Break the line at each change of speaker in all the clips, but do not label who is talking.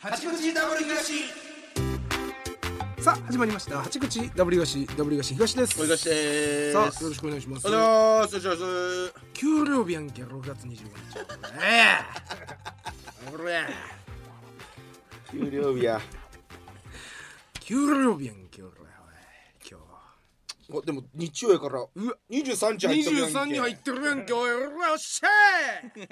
八口ダブル東さあ始まりました八口ダブル東ダブル東東です
お願いしです。
さあよろしくお願いします
おはようございます。おはようございます。
給料日やんけ6月25日
おれ。給料日や。
給料日やんけ俺おい今
おでも日曜やから。
日うわ
二十三日入ってるやんけ。
23に入ってるやんけおいおらおっしゃい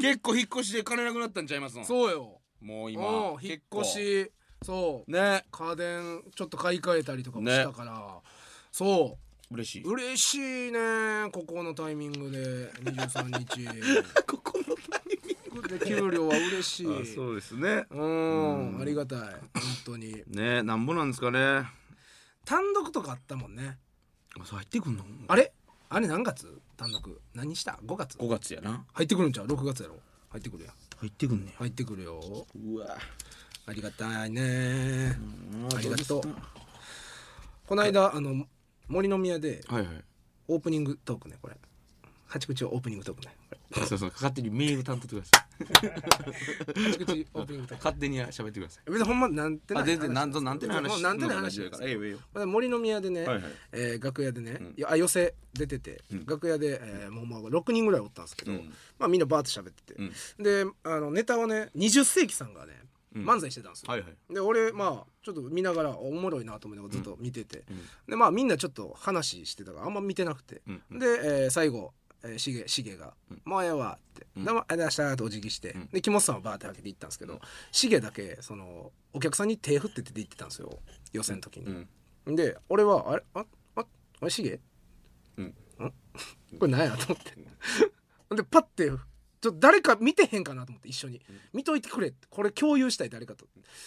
結構引っ越しで金なくなったんちゃいますの
そうよ
もう
うん
今
引っ
結構
越しそう
ね
家電ちょっと買い替えたりとかもしたから、そう
嬉しい
嬉しいねここのタイミングで23日
ここのタイミ
で給料は嬉しいう
ですね
うんありがたい本当に
ねなんぼなんですかねあ
単独とかあったもんね
そう入ってくんの
あれあれ何月単独何した5月
5月やな
入ってくるんちゃう6月やろ入ってくるやん
入ってくんね
入ってくるよ
うわ。
ありがたいねありがとう
ど
この間あの森の宮で
やはいはい
オープニングトークねこれ八口オープニングトークねこ
そうそう勝手にメール担当ってください
れ八口オープニングトーク
勝手に喋ってください
別にほんまなんてない
あ全然
話
なんとなんてない
も
話
うなんてない話
だ
だ
か
から
ええよええよ
ら森の宮でね、
はいはい
えー楽屋でね、いやあ寄せ出てて、楽屋で、えーもうまあ6人ぐらいおったんですけど、
うん
まあ、みんなバーッと喋ってて、であのネタをね20世紀さんがね漫才してたんですよ、
はいはい
で俺まあちょっと見ながらおもろいなと思いながらずっと見てて、でまあみんなちょっと話してたからあんま見てなくて、
うん
で、えー最後えーしげしげが「もうええわ」って「どうもありがとうございました」とお辞儀して、で木本さんはバーって開けて行ったんですけどしげだけそのお客さんに手振って出て行ってたんですよ予選の時に。で俺は「あれあああれしげ
うん
これ何や?」と思って でパッてちょっと誰か見てへんかなと思って一緒に見といてくれってこれ共有したい誰かと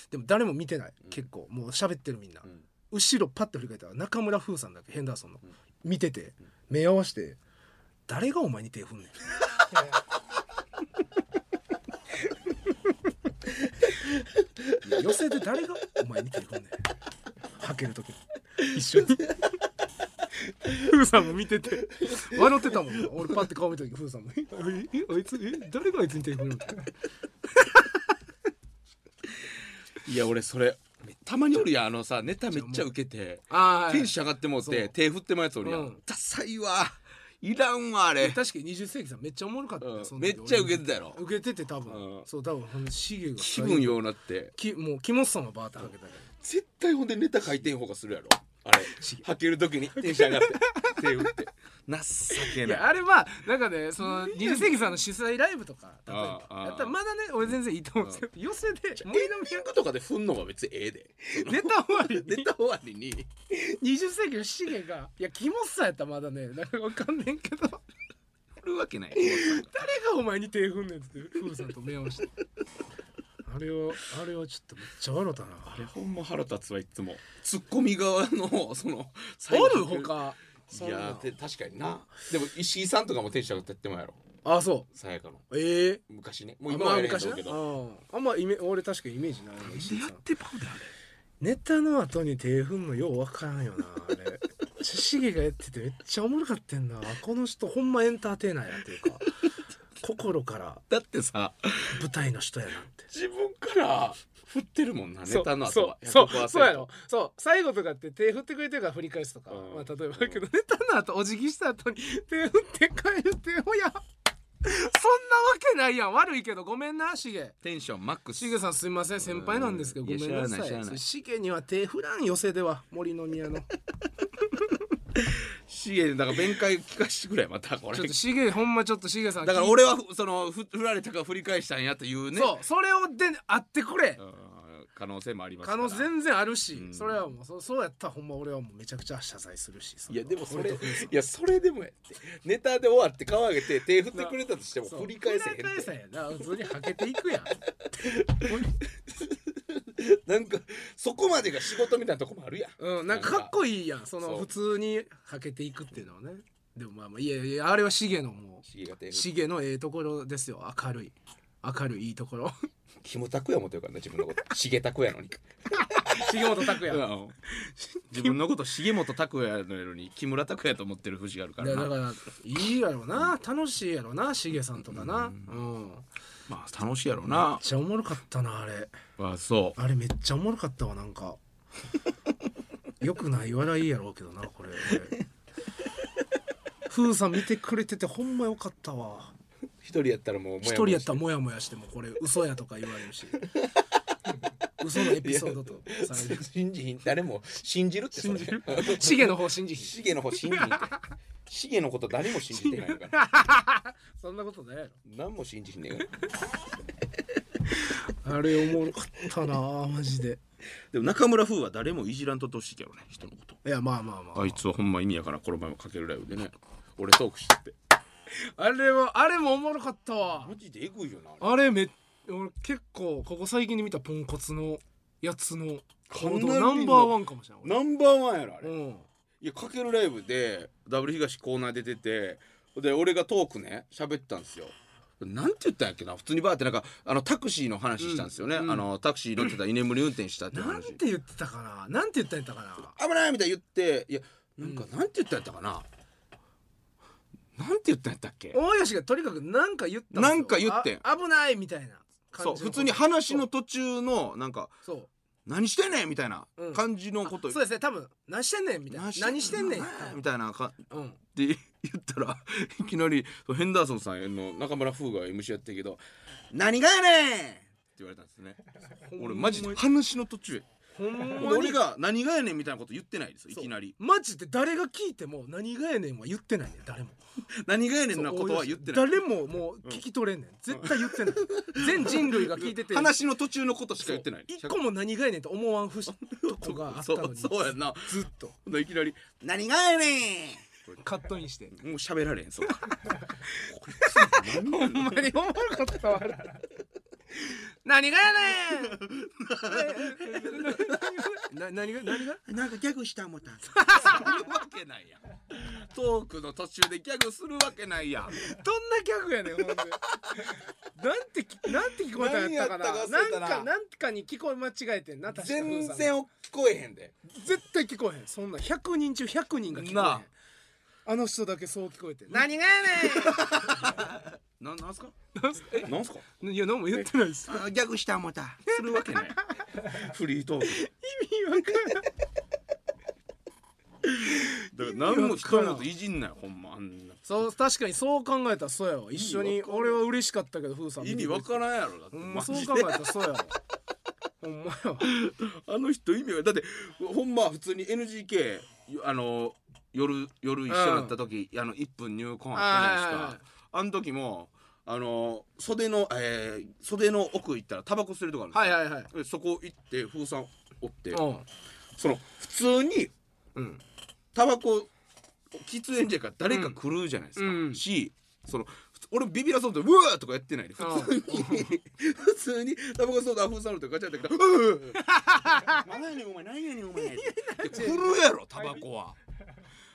でも誰も見てない結構もう喋ってるみんな、
ん
後ろパッて振り返ったら中村風さんだけヘンダーソンの、見てて目合わせて「誰がお前に手振んねん」いや寄せで誰がお前に手振んねんはける時に一緒にふーさんも見てて笑ってたもんな俺パッて顔見た時ふーさんも「ええあいつえ誰があいつに手振るの?」
いや俺それたまにおるやんあのさネタめっちゃ受けて
あ
テンション上がってもう
そう
て手振ってまうやつおるや
うんん
ダサいわいらんわあれ
確かに20世紀さんめっちゃおもろかったよ、
うん
その時
めっちゃ受けてたやろ
受けてて多分、
うん
そう多分ほんでシゲが
気分ようなって
きもう木本さんはバーってかけたけど
絶対ほんでネタ書いてん方がするやろあれ履ける時にテンション上がって手打って情け
い
ない
やあれはなんかねその20世紀さんの主催ライブとか例えば
ああああ
やったらまだね俺全然いいと思うんですけど寄せで
エン
森の
ディングとかで振んのが別にええで
宮ネタ終わり
ネ
に
タ終わりに
20世紀のシゲがいや木本さんやったらまだねなんかわかんねんけど誰が
振るわけない
お前に手振んねんっつってフーさんと目合わせてあれをあれはちょっとめっちゃ笑ったな
あれほんま腹立つわいつもツッコミ側のその
おるほか
いやて確かになでも石井さんとかもテンション上がってやってもやろ
あそ
さやかの
うええ
昔ねもう今はやれへんと思うけど
あんまイメ俺確かにイメージないな石井さん
てパウダー
ネタの後に手振んのようわからんよなあれ しげがやっててめっちゃおもろかってんなこの人ほんまエンターテイナーやっていう か心から
だってさ
舞台の人やなって
自分から振ってるもんなネタの後
そう
は
そうそうや
ろ
ろそう最後とかって手振ってくれてるから振り返すとか、
うん
まあ、例えば だけど、ネタの後お辞儀した後に手振って帰るっておや そんなわけないやん悪いけどごめんなしげ
テンションマックス
しげさんすいません先輩なんですけど
うん
ごめんない
や知らない知
さ
らない
いしげには手振らん寄せでは森の宮の ち
シゲだから弁解聞かしてくれまたこれ
ょっと しげほんまちょっとしげさん
だから俺はそのふ振られたか振り返したんやというね
そうそれをで会ってくれ
うん可能性もありますか
可
ら
能性全然あるし、
うん
それはもうそそうやったらほんま俺はもうめちゃくちゃ謝罪するし
いやでもそれ
俺と藤井さ
い
ん
やそれでもやってネタで終わって顔上げて手振ってくれたとしても
そう
振り返せへん
振り返せ
て
へんな普通にはけていくやん
なんかそこまでが仕事みたいなとこもあるやん
うんなんかかっこいいやんそ
そ
の
う
普通にはけていくっていうのはねでもまあまあいやいやあれはシゲのも
シゲが手
う
振って
シゲのええところですよ明るい明るいいいところ
キムタクや思ってるからね自分の ことシゲタクやのに
重本拓也
自分のこと重本拓也のように木村拓也と思ってる節があるか
いや
ら
だ
な
からいいやろな楽しいやろなしげさんとかなうん、
まあ楽しいやろうな
めっちゃおもろかったなあれ
あそ
あれめっちゃおもろかったわなん かよくない笑いやろうけどなこれ俺ふうさん見てくれててほんまよかったわ
う一人やったらもう
一人やったら
も
モヤモヤしてもこれ嘘やとか言われるし嘘のエピソードとされ
や
る
もや信じひん誰も信じるってそれ
シゲの方信じひん
シゲの方信じ ひんってシゲのこと誰も信じてないから
そんなことないやろ
何も信じひんねんから
あれおもろかったなあマジで
でも中村風は誰もいじらんとってほしいけどね人のこと
いやまあまあまあ
あいつはほんま意味やからこの前もかけるライブでね俺トークしてて
あれはあれもおもろかったわ
マジでエグいよなあれ
あれめ俺結構ここ最近に見たポンコツのやつの
かな
行動
り
ナ
の
ンバーワンかもしれない
ナンバーワンやろあれ
俺うん
いやかけるライブでダブル東コーナー出ててで俺がトークね喋ってたんですよなんて言ったんやっけな普通にバーってなんかあのタクシーの話したんですよね、
うんうん
あのタクシー乗ってた居眠り運転したっていう
なん
話
て言ってたかななんて言ったんやったかな
危ないみたいな言っていやなんかなんて言ったんやったかな、なんて言ったんやったっけ
大吉がとにかくなんか言ったですよ
なんか言ってん
あ危ないみたいな
そ
感
う
じの
普通に話の途中のなんか
そうそう
何してんねんみたいな
うん
感じの
あ
こと、
そうですね多分何してんねんみたいな何してんねん
みたいなか
うん
って言ったら いきなりそうヘンダーソンさんの中村風が MC やってるけど「何がやねん!」って言われたんですね俺マジで話の途中や
ほんまに
俺が「何がやねん!」みたいなこと言ってないですよい
そう
きなり
マジで誰が聞いても何がやねんは言ってないねん誰も
「何がやねん!」なことは言ってない
誰ももう聞き取れんねん、絶対言ってない全人類が聞いてて
話の途中のことしか言ってない
一個も何がやねんと思わんふしとこがあったのに
そうそうやんな
ずっと
ほんでいきなり「何がやねん!」
カットインして
もう喋られへ んそう
ほんまにおもろかったわあれ何がや ねんな何が何が
なんかギャグした思ったんするわけないやんトークの途中でギャグするわけないやん
どんなギャグやねんほんでなんてきなんて聞こえたんやったかな
何やったか忘れた
な
なん
かなんかに聞こえ間違えてんな確か
全
ふうさん
然聞こえへんで
絶対聞こえへんそんな100人中100人が聞こえへん
なあ
あの人だけそう聞こえて何がや
ななんすかなんすかえなんすか
ねん いや何も言ってないです
あギャグした思ったするわけないフリートーク
意味わからん
だから何も聞かんこといじんなよほんまあんな
そう確かにそう考えたらそうやわ一緒に俺は嬉しかったけどふうさん
意味わからんやろだって
ほんま
マ
そう
ジ
考
で
えたらそうやわほんまやわ
あの人意味わだってほんま普通に NGK あの夜夜一緒になった時、あの1分入婚あったじゃ
あーはい
ないです
はいはい
かあの時もあの袖の、えー袖の奥行ったらタバコ吸えるとこあるんですよ
はいはいはい
でそこ行って風さんおって
うん
その普通に
うん
タバコ喫煙者から誰か来るじゃないですか、
うんうん
しその普通俺ビビらそうとうわーとかやってないで普通に 普通にタバコ吸うと風さんのとガチャってうわー 何やねんお前何やねんお前で来るやろタバコは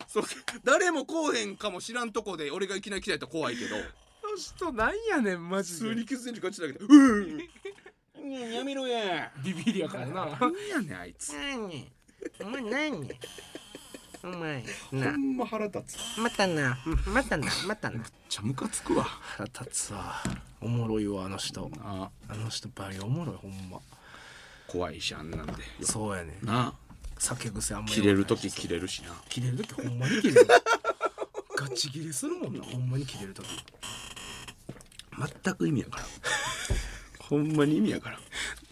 そう誰も来おへんかも知らんとこで俺がいきなり来たやったら怖いけど
あの人なんやねんマ
普
ジ
通
で
に喫煙者ガチャだけでうーやめろや
ビビりやからな
何やねんあいつ
何お前何お前
ほ
なん
ま腹立つめ
ま
っ
たなまたなまたな
ちゃムカつくわ
腹立つわおもろいわあの人
あ
あの人バリおもろいほんま
怖いしあんなんで
そうやねん
な
酒癖あんま
切れる時切れるしな
切れる時ほんまに切れるガチ切れするもんなほんまに切れる時
全く意味や からほんまに意味やから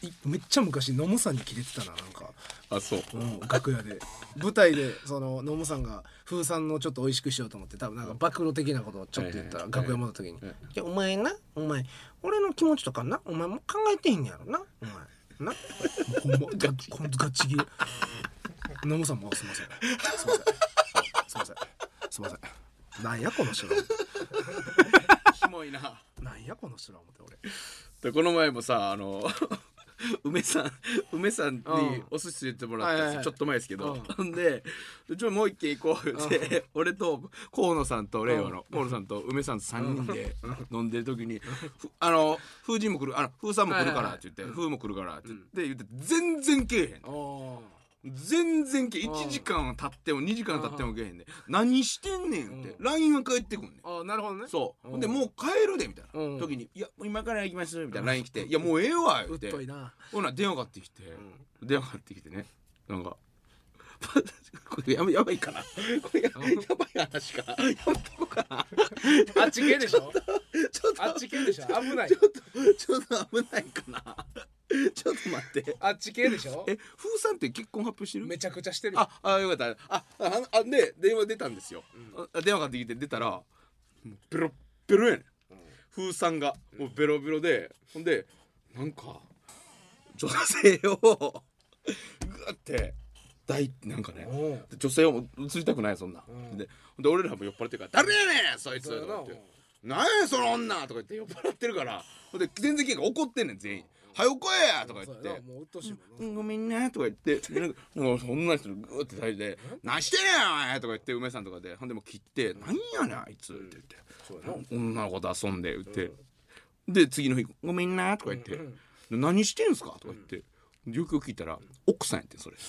いめっちゃ昔ノムさんに切れてたななんか、
あそう
うん、楽屋で舞台でそのノムさんが風さんのちょっと美味しくしようと思って多分なんか暴露的なことをちょっと言ったら
はいはい
楽屋戻った時に
はい
いやお前なお前俺の気持ちとかなお前も考えてへんやろなお前な
もうほんまガチほんとガチ切れノムさんもあ「すいませんすいませんすいませんすいませんなんやこの人ら
キモいな
なんやこの人ら思って俺
でこの前もさあの 梅さん梅さんに
うん
お寿司連れてもらったんですよ、
はいはい
ちょっと前ですけど
うん、
ほん、で「ちょもう一軒行こう」って俺と河野さんと令和の河野さんと梅さんと3人で飲んでる時に「ふあの風神も来るあの風さんも来るから」って言って「風も来るから」って言って言って全然来えへん
ああ
全然け1時間経っても2時間経ってもけへんで何してんねんって LINE は返ってくんねん
ああなるほどね
そう
う
ほ
ん
んでもう帰るでみたい
うん
な時に「いやもう今から行きます」みたいな LINE 来て「いやもうええわ」
う
言
っ
って
といな
ほな電話かかってきて電話かかってきてねなんか これやばいやばいかなこれややばい話かやっとこうかな
あっち系でしょ
ちょっと
あっち系でしょ危ない
ちょっと危ないかなちょっと待って
あっち系でしょ
え風さんって結婚発表してる
めちゃくちゃしてる
ああよかったあああで電話出たんですよ、あ電話かかってきて出たらもうベロッベロやねん、風さんがもうベロベロでほんでなんか女性をグーって抱いてなんかね
おう
で女性をも映りたくないそんな、でほんで俺らも酔っ払ってるから「誰やねんそいつ!」とか言って「何やその女!」とか言って酔っ払ってるからほんで全然結構怒ってんねん全員「はよ来いや!」とか言
そう
っ
やな
て
もううっとうしいもんな
うんごめんねとか言ってなんかもうそんな人にグーって抱いて「何してんねんお前!」とか言って梅さんとかでほんでもう切って「何やねんあいつ」って言って、女の子と遊んで言って、で次の日「ごめんな」とか言って、で何してんすか?」とか言って、よくよく聞いたら奥さんやってんそれ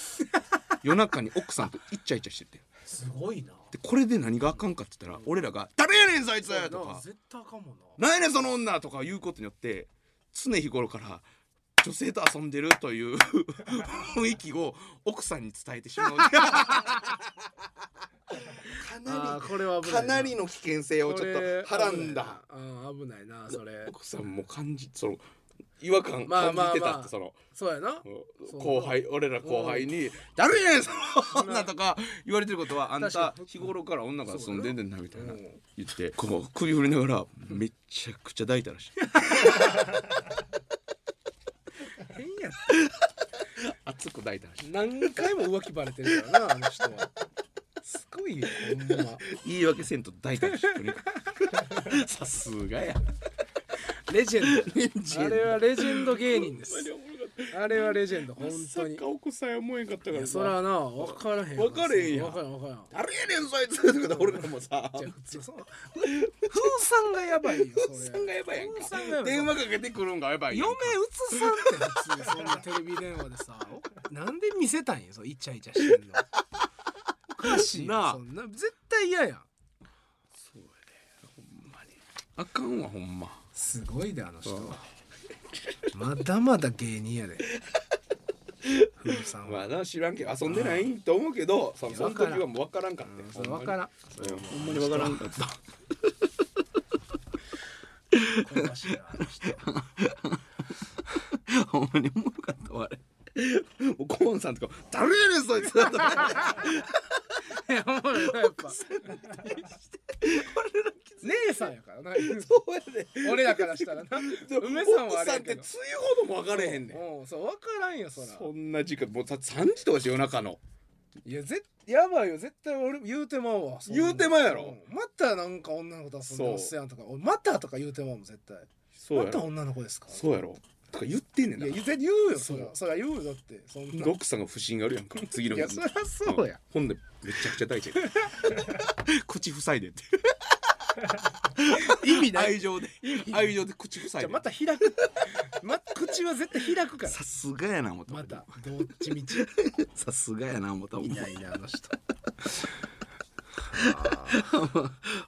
夜中に奥さんとイチャイチャしてて
すごいな
でこれで何があかんかって言ったら俺らが「誰やねんそいつ!」と
な
か
絶対あかんもんな
「何やねんその女!」とか言うことによって常日頃から女性と遊んでるという 雰囲気を奥さんに伝えてしまう
か
あ
な
ーこれは危
り
ない
かなりの危険性を
こ
ちょっ
れ
とはらんだ
危ないなうん危ないなそれ
奥さんも感じその違和感
まあ
感じ
まあ
て
まあ
たってその。
そうやなそう
後輩俺ら後輩に「誰やねんその女」とか言われてることはあん
確か
た
に
日頃から女が住んでんねんなみたいな
うん
言ってこう首振りながらめっちゃくちゃ抱いたらしい
変や
熱く抱いたらし
何回も浮気バレてるからなあの人はすごいよほんま
い言い訳せんと抱いたらしいとにかく さすがや
レジェンド
レンジ
あれはレジェンド芸人ですあれはレジェンド本
サ
当に
ッカーお子さんや思えんかったか
い
ら
やそら
さ
な分からへん
分からへんやん
分からん分からん
誰やねんそいつとかで俺らも さ
じゃあ普通そう 風さんがやばいよそれ
がやばいやん
おっさんがやばい
電話かけてくるんがやばいやん
嫁
か
映さんって普通そんなテレビ電話でさおなんで見せたんやそうイチャイチャしてんのおかしいよ
なあ
そんな絶対嫌やん
あかんわほんます
ごいであの人はまだまだ芸人やで風さんは
まあな知らんけど遊んでないと思うけどその
いや
その
わか
時
らん
はもう分からんかって
それ分からん
んほんまに分からんかった
香ばしいなあの人
ほんまにおもろかったわあれもうコーンさんとか「誰やねんそいつ」とか
いやおもろいなやっぱ姉さんやからな
そうやで
俺らからしたらな梅さんはあ
奥
れ
さ
や
んっ
け
て
ど
つゆほども分かれへんねん
うんそう分からんよそら
そんな時間もうさ3時とかして夜中の
いやぜやばいよ絶対俺言うてまうわそんな
言うてまうやろ
んまたなんか女の子と遊んでますやんとかおいまたとか言うてまうもん絶対
そう
ま
や
た
ろ
女の子ですか
そうやろとか言ってんねん
い
な
や絶対言うよそらそら言うよだってそんな
で奥さんが不審があるやんか次の
い
日
やそりゃそうや、
ほんでめちゃくちゃ大事 口塞いでって
意味ない
愛情で愛情で口塞い
じ
で
ゃあまた開く、ま、口は絶対開くから
さすがやな思った
またどっちみち
さすがやな思ったもん
いないねあの人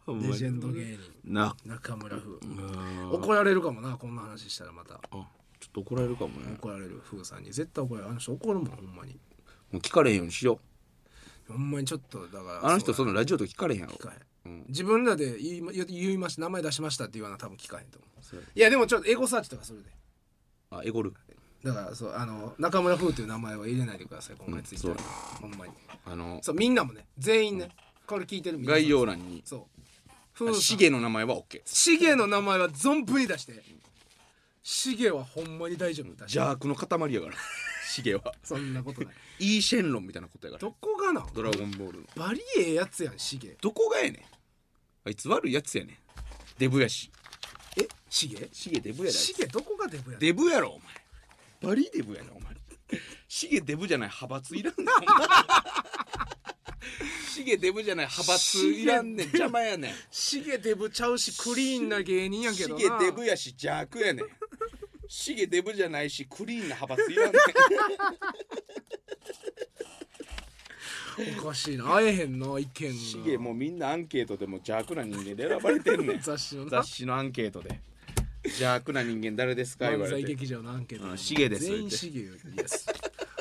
ほんまに
レジェンド芸人
な
中村風
うん
怒られるかもなこんな話したらまた
あちょっと怒られるかもね
怒られる風さんに絶対怒られるあの人怒るもんほんまに
もう聞かれへんようにしよ
ほんまにちょっとだか
う
ら
あの人そ
の
のラジオとか聞かれへんやろ
聞かへん、
うん
自分らで言いま言言いました名前出しましたって言わな多分聞かへんと思う
そうや
いやでもちょっとエゴサーチとかするで
あエゴル
だからそうあの中村風という名前は入れないでください今
う
回
ん
ツイッターに、ほんまに
あの
そうみんなもね全員ね、これ聞いてるみんな
概要欄に
そう風
シ
さん
ゲの名前は OK
シゲの名前は存分に出してシゲはほんまに大丈夫だ
邪悪の塊やから シゲは
そんなことない
イーシェンロンみたいなことやから
どこがな
ドラゴンボールの
バリええやつやんシゲ
どこがやねんあいつ悪いやつやねんデブやし
えシゲ
シゲデブやであいつ
シゲどこがデブやねん
デブやろお前バリデブやなお前シゲデブじゃない派閥いらん ねんシゲデブじゃない派閥いらんねん邪魔やねん
シゲデブちゃうしクリーンな芸人やけ
シ
どな
ゲデブやし邪悪やねんシゲデブじゃないしクリーンな派閥いらんねん
おかしいな会えへんな意見が
シゲもうみんなアンケートでも邪悪な人間で選ばれてんねん
雑誌のな
雑誌のアンケートで邪悪な人間誰ですか言わ
漫
れ
才
て
劇場のアンケート
うんシゲです
全員シゲです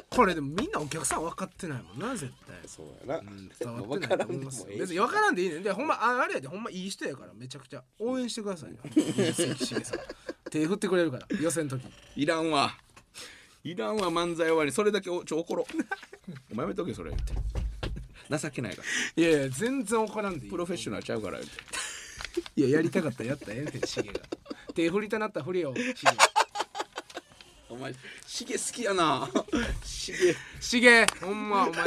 これでもみんなお客さん分かってないもんな絶対
そうやな、
伝わっ
分
て
か
な
ら
いと
んで
思い
も
ますよ
ええ
別に分からんでいいねんでほんまああれやでほんまいい人やからめちゃくちゃ応援してくださいよ実績シゲさん手振ってくれるから予選の時
いらんわいらんわ漫才終わりそれだけおちょ怒 ろうお前やめとけそれ言って情けないから
いやいや全然怒らんでいい
プロフェッショナルちゃうから言って
いややりたかったらやったらええねんシゲが手振りたなったら振れよシゲ
お前シゲ好きや なシゲ
シゲほんまお前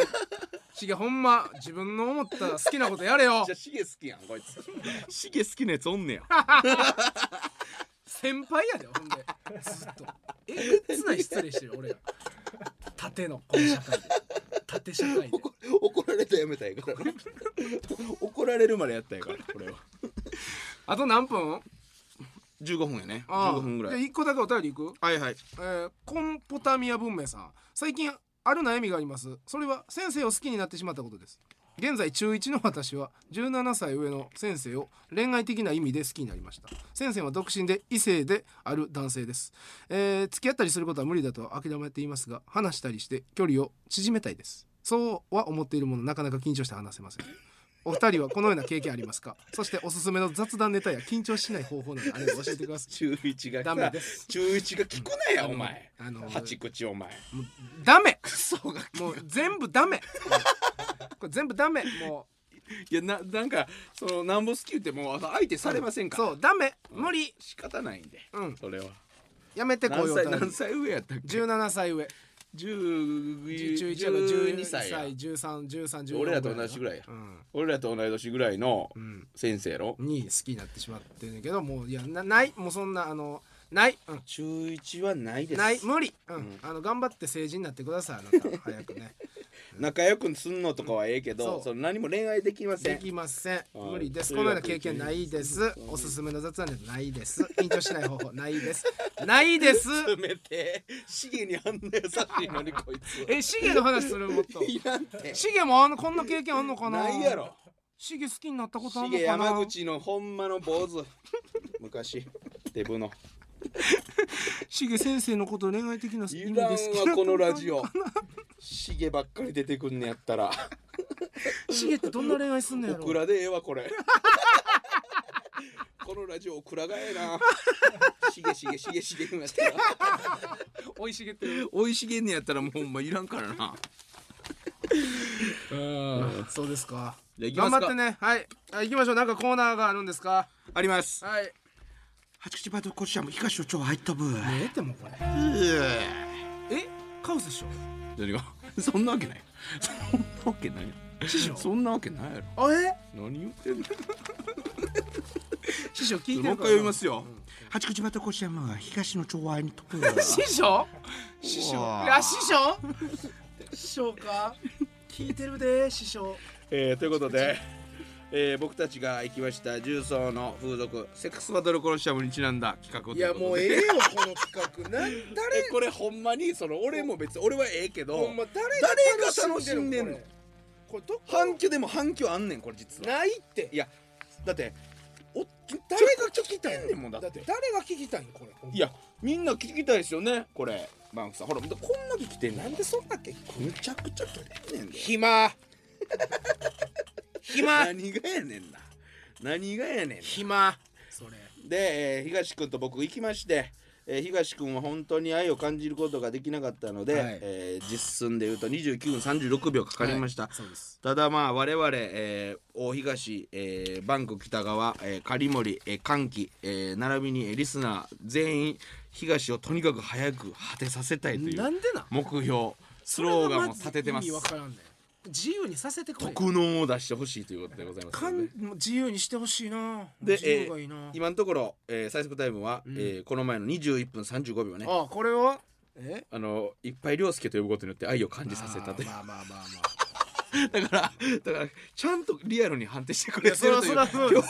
シゲほんま自分の思った好きなことやれよ
じゃあシゲ好きやんこいつシゲ好きなやつおんね や
先輩やでほんでずっとえげつない失礼してる俺が縦のこの社会で縦社 会で
怒られたらやめたいからな 怒られるまでやったんやからこれは
あと何分
15分やね
ああ
15分ぐらい
じゃあ1個だけお便りいく
はいはい
えーコンポタミア文明さん最近ある悩みがありますそれは先生を好きになってしまったことです現在中1の私は17歳上の先生を恋愛的な意味で好きになりました先生は独身で異性である男性です、えー付き合ったりすることは無理だと諦めていますが話したりして距離を縮めたいですそうは思っているものなかなか緊張して話せませんお二人はこのような経験ありますかそしておすすめの雑談ネタや緊張しない方法などあれば教えてください
中一が来た
ダメです
中一が聞くなやお前
あの
八口お前
ダメクソがもう全部ダメこれ全部ダメも
いやななんかそのなんぼ好き言ってもあの相手されません
う
から
そうダメ無理
仕方ないんで、
うん
それは
やめてこ
何
ういうお
歳
便り
何歳上やったっけ
17歳上
10
11やから12
12
歳
歳や
1314
俺らと同じぐ
らい
らいや
うん
俺らと同い年ぐらいの
うん
先生やろ、
に好きになってしまってんねんけどもういやなないもうそんなあのない、うん
中一はないです
ない無理、うんあの頑張って成人になってくださいあ なた早くね
仲良くすんのとかはええけ
そ
ど、
う
その何も恋愛できませ
で
ん
きません
はい
無理です
中学
このような経験ないですおすすめの雑談でないです緊張しない方法ないですないです
詰めてシゲにあんな優しいのにこいつ
えシゲの話するもっと
いらんて
シゲもあのこんな経験あんのかな
ないやろ
シゲ好きになったことあ
シ
んの
ゲ
かな
山口のほんまの坊主 昔デブの
シゲ先生のこと恋愛的な意
いらん
味で
わ
すけど
このラジオシゲばっかり出てくんねやったら
シゲってどんな恋愛すんのや
オ
ろ
クラでええわこれ このラジオオクラがええなシゲシゲシゲシゲ言うんやったら
おいしげってる
おいしげんねやったらもうほんまいらんからな
そうですか
じゃあ行きます
頑張
か
ってねはいあ行きましょうなんかコーナーがあるんですか
あります
はい
八口バトルコッシャーも東の蝶入ったぶ
ええってもうこれえカオスでしょ
何が そんなわけないそんなわけない
師匠
そんなわけないやろ
あえ
何言ってんのもう
師匠聞いてる
一回
か
読みますすよ八口バトルコッシャーも東の蝶入ったぶ
師匠師匠いや師匠師匠か聞いてるで師匠
えーということで、えー僕たちが行きました重曹の風俗セックスバトルコロシアムにちなんだ企画
いやもう ええよこの企画なん誰
えこれほんまにその俺も別に俺はええけど
ほんま誰が
誰が楽しんでんの
これこれどこ
反響でも反響あんねんこれ実は
ないって
いやだってお
誰
誰
が
が聞きたいねんもんだ
だ
っ
ってて誰が聞きたいのこれほんま
いやみんな聞きたいですよねこれマンクさんほらこんな聞きてんねん
なんでそんなけ
むちゃくちゃ聞いてんねんで
暇暇
何がやねんな何がやねんな
暇それ
で、えー東君と僕行きまして、えー東君は本当に愛を感じることができなかったので、
はい
えー実寸でいうと29分36秒かかりました、
そうです
ただまあ我々、えー大東、えーバンク北川、えー、狩森、えー、歓喜、えー並びに、えーリスナー全員東をとにかく早く果てさせたいとい
な
うん
でなん
目標スローガンを立ててます
意味わからんね自由にさせてくれ
特能を出してほしいということでございます
か
ので
ん自由にしてほしいな
で
自由がいいな、
今のところ、えー最速タイムは、えーこの前の21分35秒ね
あこれはえ
あのいっぱい涼介と呼ぶことによって愛を感じさせたという
まあまあまあま あ
だからだからちゃんとリアルに判定してくれて
いや
ると
そ
いう
らそらそうで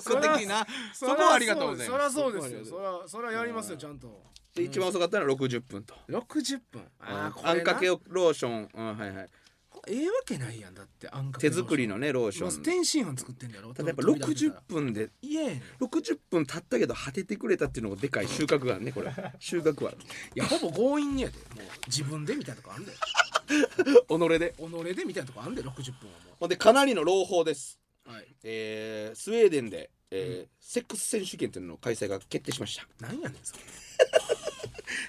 す
協力的な そこはありがとうございます
そりゃそうですよ
そ
そ
こ
り
は
ゃそりゃやりますよちゃんと
ありがとうで一番遅かったのは60分と
60分
あ
あー
んかけ
を
をローション、うんはいはい
こええわけないやんだってあんかけ
手作りのねローシ
ローション
ョ
まあ
ン
天津飯作ってんだろ
ただやっぱ60分で
いやいやね
60分経ったけど果ててくれたっていうのがでかい収穫があるねこ れ収穫は
いやほぼ強引にやでもう自分でみたいなとこあんで
己で
己でみたいなとこあんで60分は
ほんでかなりの朗報です、
もうはい
えー、スウェーデンで、えーセックス選手権というのの開催が決定しました
なんやねんそれ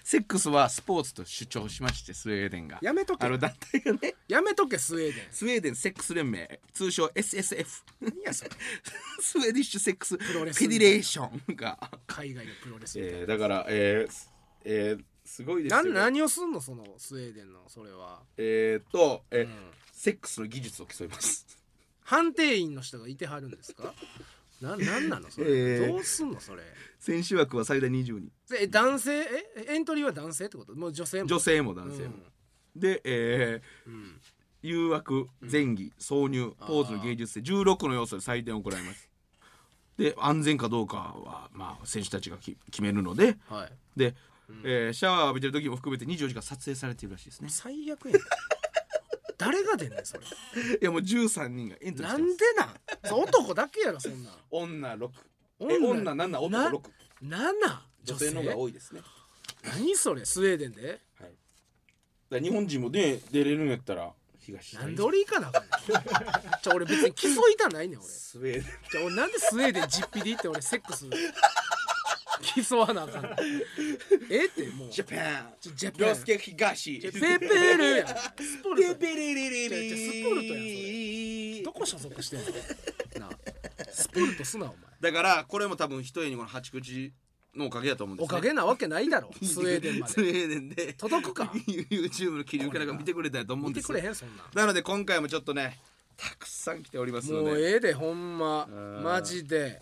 セックスはスポーツと主張しましてスウェーデンが
やめとけ
ある団体がね
やめとけスウェーデン
スウェーデンセックス連盟通称 SSF
何やそれ
スウェーディッシュセックスフ
ロレス
ェディレーションが、
海外のプロレスみたいな、
えー、だからえー、すえー、すごいですよ
なん何をすんのそのスウェーデンのそれは、
えー、と、え
うん
セックスの技術を競います
判定員の人がいてはるんですかななんなのそれ、
えー
どうすんのそれ
選手枠は最大20人
で男性えエントリーは男性ってこともう女性も
女性も男性も、で、えー
うん
誘惑前儀挿入ポーズの芸術性16の要素で採点を行いますで安全かどうかは、まあ、選手たちがき決めるので
うんはい
で、えーシャワーを浴びてる時も含めて24時間撮影されているらしいですね
最悪やん 誰が出んねんそれ
いやもう13人がエントリーし
な
て
ん
ます
でなんそう男だけやろそんなん
女6
女
え女7
な
男6
7
女
女
性
性
の方が多いですね
何それスウェーデンで
だから日本人もね出れるんやったら東
なんで俺行かなあかんねんちょ俺別に競いたないねん俺
スウェーデン
じゃあ俺なんでスウェーデン実費で行って俺セックス競わなあかんのええってもう
ジャパン
ちょジャパン
凌介東
ペペルやんスポルトやん
レレレ
レスポルトやんそれどこ所属してんのなあスポルトすなお前
だからこれも多分ひとえにこの八口のおかげだと思うんで
お
す、ね、
かげなわけないだろスウェーデンま
スウ
で
ェーデンで
届くか
YouTube の切り抜けなんか見てくれたやと思うん
見
で
て
す
く
よ
れへんそんなん
なので今回もちょっとねたくさん来ておりますの
もう
で
ええでほんま
ん
マジで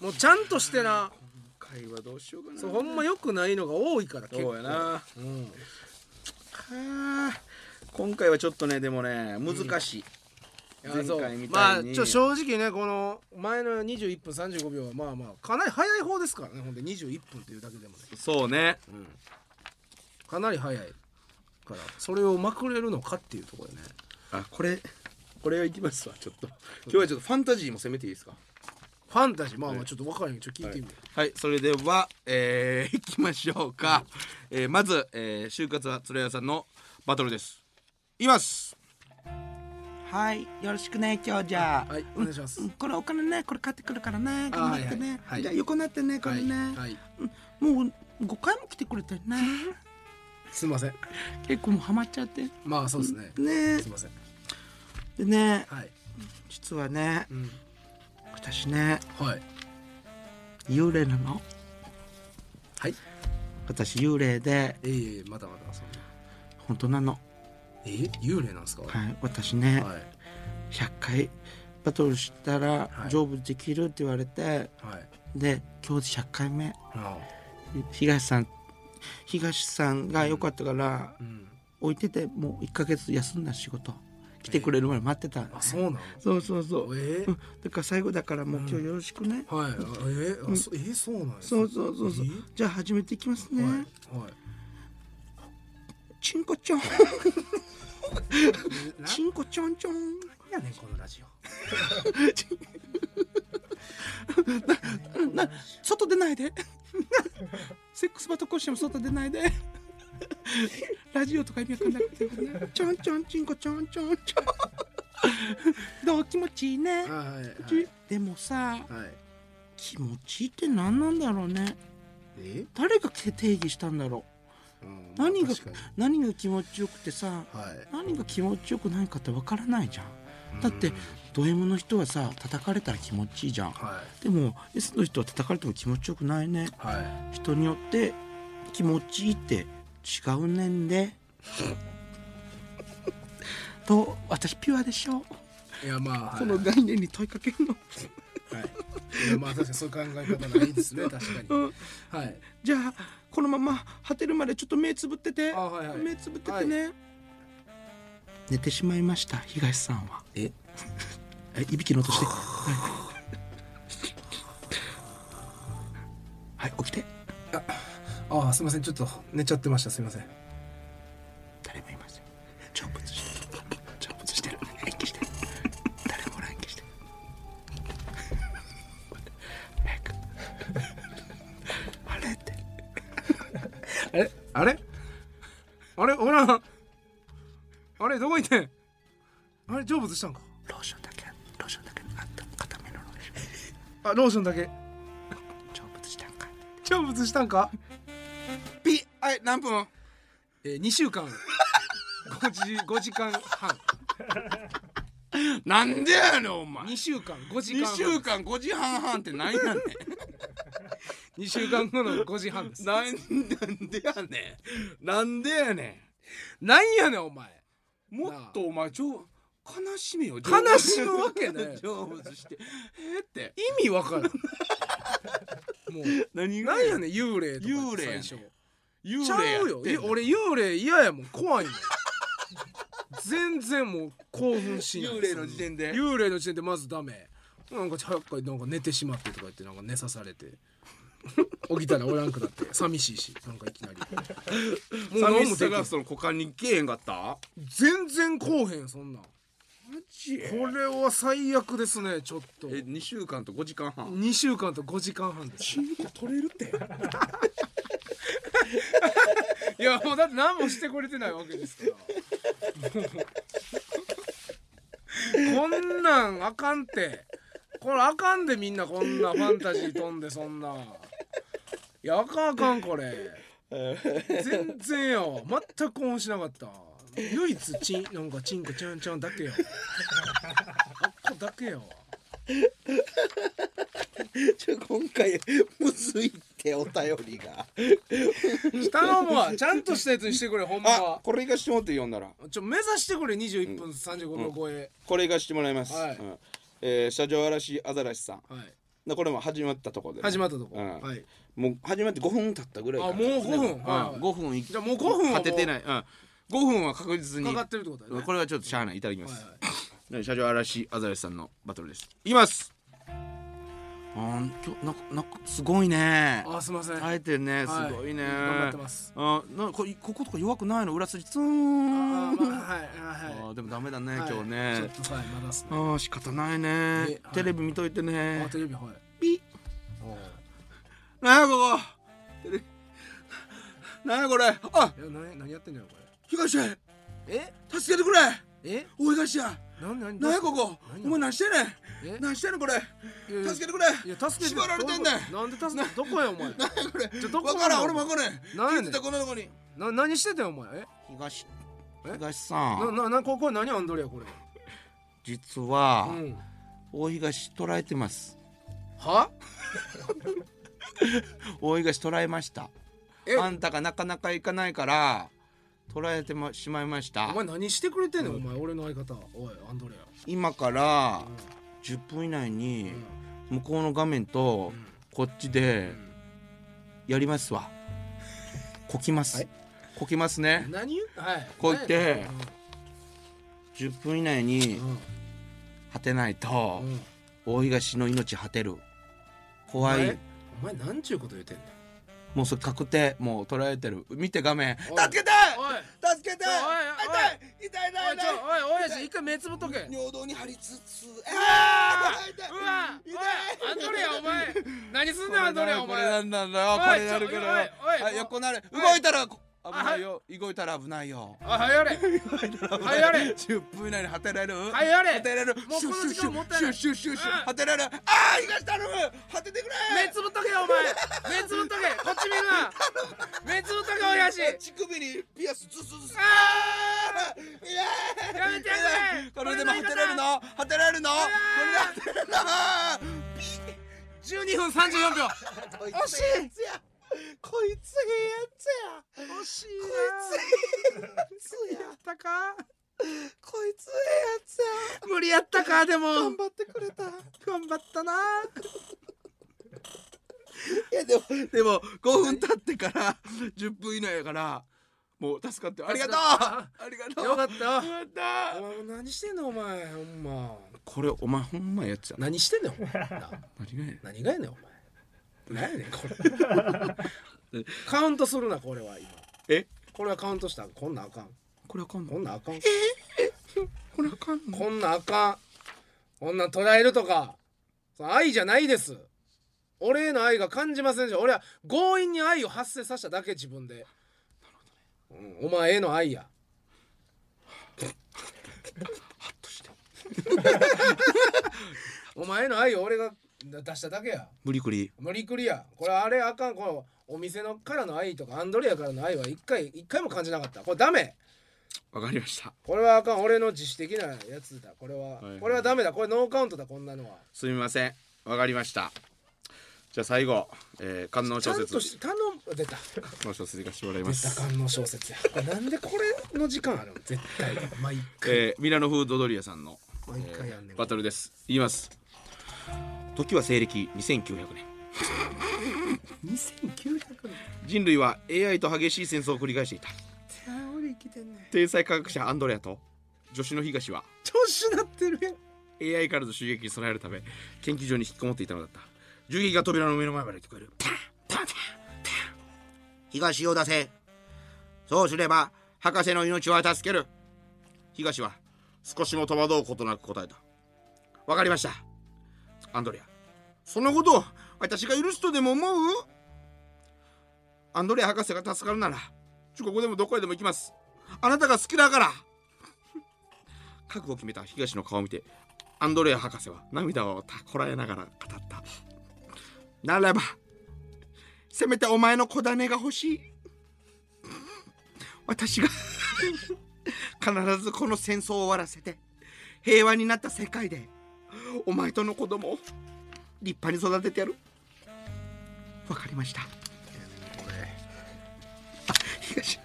もうちゃんとしてな
今回はどうしようかな
そうほんま良くないのが多いから結
そう
構
やな
うん
はあ今回はちょっとねでもね難しい、
いや
前
そう
回み
ま
た
あ
いに、
ちょ正直ねこの前の21分35秒はまあまあかなり早い方ですからねほんで21分というだけでもね
そうね
かなり早いからそれをまくれるのかっていうところでね
あこれこれはいきますわちょっと今日はちょっとファンタジーも攻めていいですか
ファンタジーまあまあちょっと分からへんけどちょっと聞いてみて、
はいそれではえー、いきましょうか、えーまず、えー、就活は鶴屋さんのバトルですいきますはいよろしくね今日じゃあ
はいお願いします、
これお金ねこれ買ってくるからね
あはいはいはい
横になってね
はい、はい、
もう5回も来てくれ てね
すいません
結構もうハマっちゃってね
まあそうですね
え
すいません
でね
はい、
実はね
うん、
私ね
はい
幽霊なの
はい
私幽霊で
えいえまだまだそんな
本当なの
え幽霊なんですかは
はい私ね、
はい
100回バトルしたら
はい
成仏できるって言われて、
はい
で今日で100回目
あ
東さん東さんが良かったから、
あうん
置いててもう1ヶ月休んだ仕事来てくれるまで待ってた、
あそうなの
そうそうそう、
え
うんだから最後だからもう今日よろしくね、
はい、あえあそえそうなんや
そうそうそうそう
え
じゃあ始めていきますね、
はいはい
チンコちょんチンコちょんちょん
やねんこのラジオ
な外出ないでセックスバトコしても外出ないでラジオとか意味わかんなくてねちょんちょんちんこちょんちょんちょんどう気持ちいいね
はいはいはい
でもさ
はい
気持ちいいって何なんだろうね
え
誰が定義したんだろ
うん
何が
まあ確かに
何が気持ちよくてさ
はい
何が気持ちよくないかってわからないじゃんだってド M の人はさ叩かれたら気持ちいいじゃん
は
でも S の人は叩かれても気持ちよくないね
いは
人によって気持ちいいって違うねん で。と私ピュアでしょ、
いいやまあはい
この概念に問いかけるの
はいいやまあ確かにそういう考え方ないですね確かにはい
じゃあこのまま果てるまでちょっと目つぶってて、
あはいはい
目つぶっててね、寝てしまいました東さんは
え
えいびきの音して はいはい起きて
ああすいませんちょっと寝ちゃってましたすいません
誰もいません成仏して
えあれあれおらんあれどこ行ってんあれ成仏したんか
ローションだけローションだけあった固めのローション
あローションだけ
成仏したんか
成仏したんか
ピはい何分
えー、2週間 5, 時5時間半
なんでやねんお前
2週間5時
2
間半
週間5時半半って何やねん
2週間後の5時半 です
なんなんでやねんなんでやねんなんやねんお前もっとお前ちょ悲しめよ
悲しむわ けね
成仏してえーって
意味わ からんもう
何
なんやねん幽霊とか
幽霊や
最
ねん
初
幽
ちゃう
霊や
よ
ってん
い
の
俺幽霊嫌やもん怖い もん全然もう興奮しない
幽霊の時点で
幽霊の時点でまずダメなんか早くなんか寝てしまってとか言ってなんか寝さされて起きたらおらんくなって寂しいしなんかいきなり もう何も
寂しさ
できな
が
い
その股間に消えへんかった
全然こうへんそんなんこ
マジ
れは最悪ですねちょっと
え2週間と5時間 半
2週間と5時間半です
チンコ取れるって
いやもうだって何もしてくれてないわけですからもうこんなんあかんってこれあかんでみんなこんなファンタジー飛んでそんないやあかんあかんこれ全然やわ全く興奮しなかった唯一チンなんかチンコちゃんちゃんだけやわあっこだけやわ
ちょ今回むずいってお便りが
頼む わちゃんとしたやつにしてくれほん
あ
ま
これいかしてもらって読んだら
ちょ目指してくれ21分35分超え、
これいかしてもらいます、
はい
うんえー、車上嵐アザラシさん
はい
でこれも始まったとこで、
始まったとこ、
うん
はい
もう始まって5分経ったぐらいから
あもう5分
うん
はいはい
5分い
じゃあもう5分はもう
勝ててない、うん、5分は確実に
かかってるってことだね
これはちょっとしゃあないいただきま
はい
す、
はい
ね車上嵐アザラシさんのバトルですいきますあー今日なんかなんかすごいね
あすみません。
耐えてんねす
はい
ごいね、
頑張ってます。
あなここことか弱くないの裏筋ツー
あ
ンあ
ー、まあ、はいはいはい
ーでもダメだね、
はい。
今日ね
ちょっとはいまだっす
あ
ね。
ー仕方ないね
えはい
テレビ見といてね、
あテレビはい。
ピ
おー
なんやここテレビなんやこれあ
いや何何やってんのよこ
東
れ。え
助けてくれ
え
おい東や
何何
なんやここお前何してんね
え
ん何してんのこれ
いや
助けてくれ
いや助けて。
縛られてんねん
なんで助けてどこやお 前。
これ
じゃどこ
わからん俺もわからん
なんやね
気づ
ん
いたこのとこに
な何してたよお前。え
東
え
東さ
なななここ何アンドレやこれ。
実は
うん。
大東捕らえてます
は？
大東捕らえました
え
あんたがなかなか行かないから捕らえてましまいまし
お
た
前何してくれてんねんお前俺の相方。おいアンドレや。
今から10分以内に向こうの画面とこっちでやりますわこきます、こきますね
何言う？はい。
こう言って
何やね
10分以内に
んうん
果てないと
うん
大東の命果てる
お
怖い
前お前なんちゅうこと言うてんねん。
もうそれ確定もう捉えてる見て画面
お
助
い
けて
おい。
助けて
おいお
痛
い
い痛い痛い痛
おいちょ
い
おいおやじ一回目つぶっとけうわ
尿道に張りつつ
ー
痛いう
わおいアンドレアお前何すんねんアンドレアお
これな
前
んなんだよ
おい
これなるからよ
おいおいおい
あ横なれ
おい
動いたらこ危ないよ動いたら危ないよ
あはいやれはいやれ
10分以内に果てられる
はいやれ
果てられる
もうこの時間もったいない
シュッシュッシュッシュッシュ
うん
ッ果てられるああ東頼む果ててくれ
目つぶっとけよお前目つぶっとけこっち見るな目つぶっとけおやじ
乳首にピアスズズズズ
あ
いや
ーやめてやめて
これでも果てられるの果てられるのこれで果てられるの
12分34秒
惜しいやこいつええやつや惜しいこいつええやつや
たか
こいつええやつや
無理やったかでも
頑張ってくれたい
頑張ったな
やでも
でも5分経ってから10分以内やからもう助かってありがとうありがとう
よかったよ
よかった
お前もう何してんのお前ほんま
これお前ほんまやつや
何してんのお前な
何がやねん
何がやねんお前何やねんこれカウントするなこれは今
え
これはカウントしたらこんなんあかん
これあかんの
こんなんあかん
これあかんの
こんなんあかんこんなん捉えるとかその愛じゃないです俺への愛が感じませんでした俺は強引に愛を発生させただけ自分でうんお前への愛やハッとして お前への愛を俺が出しただけや
無理くり
無理くりやこれあれあかんこのお店のからの愛とかアンドレアからの愛は一回一回も感じなかったこれダメ
わかりました
これはあかん俺の自主的なやつだこれは、
はいはい
これはダメだこれノーカウントだこんなのは
すみませんわかりましたじゃあ最後、えー、観音
ちゃ
小
ん
説
とし頼む出た
観音小説いかせてもらいま
出た
す
感の小説やこれなんでこれの時間あるの絶対毎回
えー、ミラノフードドリアさんの
毎回やんねん
バトルです言います時は西暦2900年
2900年
人類は AI と激しい戦争を繰り返していた
俺生きてんね
天才科学者アンドレアと助手の東は
調子なってるやん
AI からの襲撃に備えるため研究所に引きこもっていたのだった銃撃が扉の上の前まで聞こえるパンパンパンパン東を出せそうすれば博士の命は助ける東は少しも戸惑うことなく答えたわかりましたアンドレアそのことを私が許すとでも思うアンドレア博士が助かるなら中国でもどこへでも行きますあなたが好きだから覚悟を決めた東の顔を見てアンドレア博士は涙をたこらえながら語ったならばせめてお前の小種が欲しい私が必ずこの戦争を終わらせて平和になった世界でお前との子供を立派に育ててやるわかりましたあ東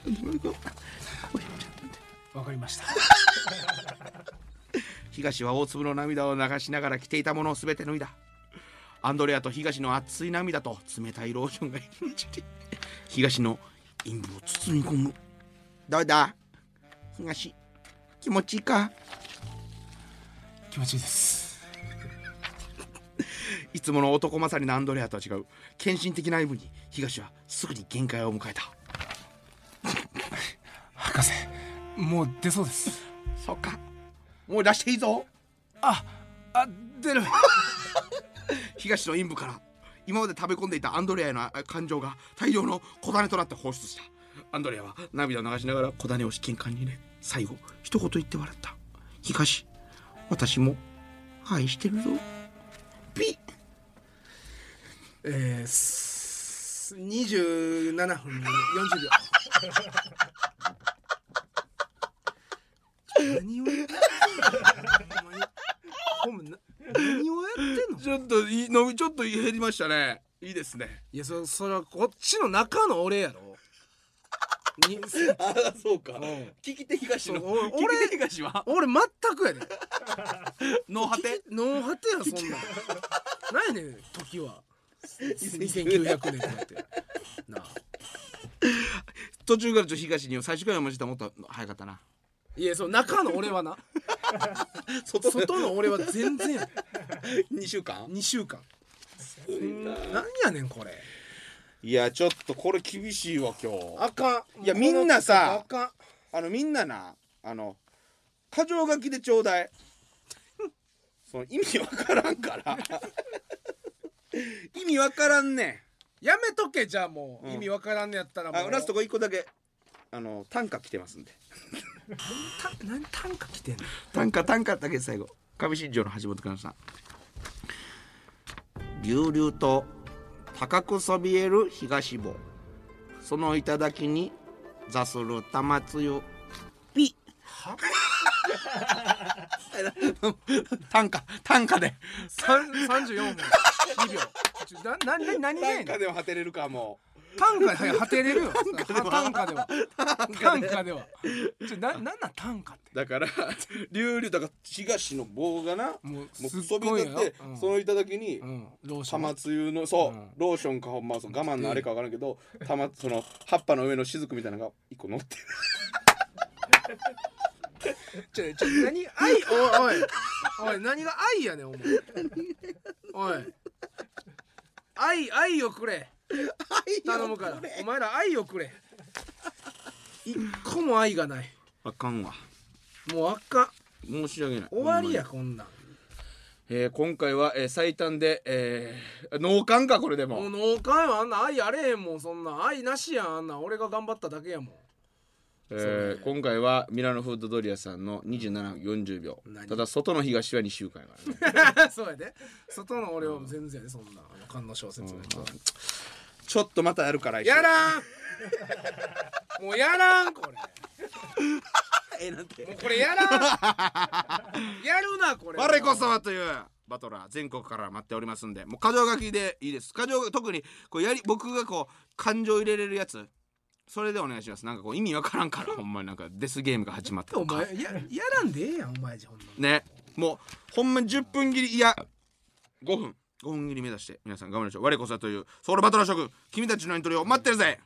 わかりました
東は大粒の涙を流しながら着ていたものを全て脱いだアンドレアと東の熱い涙と冷たいローションが命に東の陰部を包み込むどうだ東気持ちいいか
気持ちいいです
いつもの男勝りのアンドレアとは違う献身的な愛部に東はすぐに限界を迎えた
博士もう出そうです
そっかもう出していいぞ
ああ出る
東の陰部から今まで食べ込んでいたアンドレアへのあ感情が大量の小種となって放出したアンドレアは涙を流しながら小種を試験管に入れ最後一言言って笑った東私も愛してるぞピ
えー、す27分40秒何をやってんのほんまにほんまな何をやってんの
ちょっとい飲みちょっと減りましたねいいですね
いやそそれはこっちの中の俺やろに
ああそうか
うん
聞き手東
そうお俺
手東は
俺全くやで
脳果て
脳果てやそんなん何やねん時 は2900年とかってなあ
途中からちょっと東に最初から読ませたらもっと早かったない
やその中の俺はな
外
外の俺は全然や
2週間
2週間なんやねんこれ
いやちょっとこれ厳しいわ今日
あかん
いやみんなさ
あかん
あのみんななあの箇条書きでちょうだい その意味わからんから 意味わからんね
やめとけじゃあもう、
うん
意味わからんのやったら
んあ
もう
ラストこれ一個だけあの短歌来てますんで
た何短歌来てんの
短歌短歌だけ最後上新庄の橋本君さん流々と高くそびえる東坊その頂に座する玉つゆピ 短歌短歌で
三34分2秒ちょな何何何がや
短
ねん
歌でも果てれるかも
短歌で果てれるよ短歌では短歌ではちょななんなん短歌って
うだから 流々とか東の棒がなも
もう
う
す
そ
っ
び
ごい
え
よ
立って、
うん
その頂に、
うんローション
玉つゆのそう、
うん
ローションかほんまその我慢のあれかわからんけど玉 その葉っぱの上の雫みたいなのが一個乗ってる
ちょちょ何愛おいおいおい何が愛やねんお前おい愛愛をくれ頼むからお前ら愛をくれ一個も愛がない
あかんわ
もうあか
申
ん
し訳ない
終わりや
ほんまに
こんなん
えー今回は、えー最短で、えー、脳幹かこれでも、
もう農家よあんな愛あれへんもんそんなん愛なしやんあんなん俺が頑張っただけやもん
えー今回はミラノフードドリアさんの27分40秒
何
ただ外の東は2週間やからね
そうやで外の俺は全然やでそんな感の小説
ちょっとまたやるから来週
やらんもうやらんこれ
えーなんて
もうこれやらんやるなこれ
我こそはというバトラー全国から待っておりますんでもう過剰書きでいいです過剰特にこうやり僕がこう感情入れれるやつそれでお願いしますなんかこう意味わからんからほんまになんかデスゲームが始まった
お
とか
前ややらんでええやんお前じゃほんま
ねもうほんまに10分切りいや5分5分切り目指して皆さん頑張りましょう我こそはというソウルバトラー諸君君たちのエントリーを待ってるぜ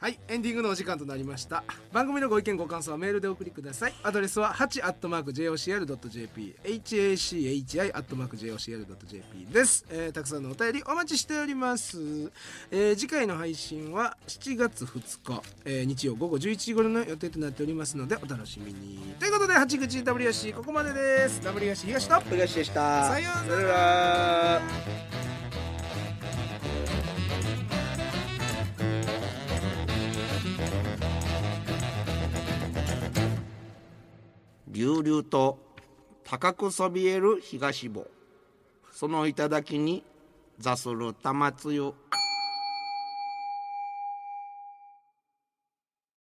はいエンディングのお時間となりました番組のご意見ご感想はメールでお送りくださいアドレスは 8-jocr.jp hachi-jocr.jp です、えーたくさんのお便りお待ちしております、えー次回の配信は7月2日、えー日曜午後11時頃の予定となっておりますのでお楽しみにということで八口 W しここまでですダブ W し東と
東でした
さようなら
牛流と高くそびえる東坊その頂に座する玉つゆ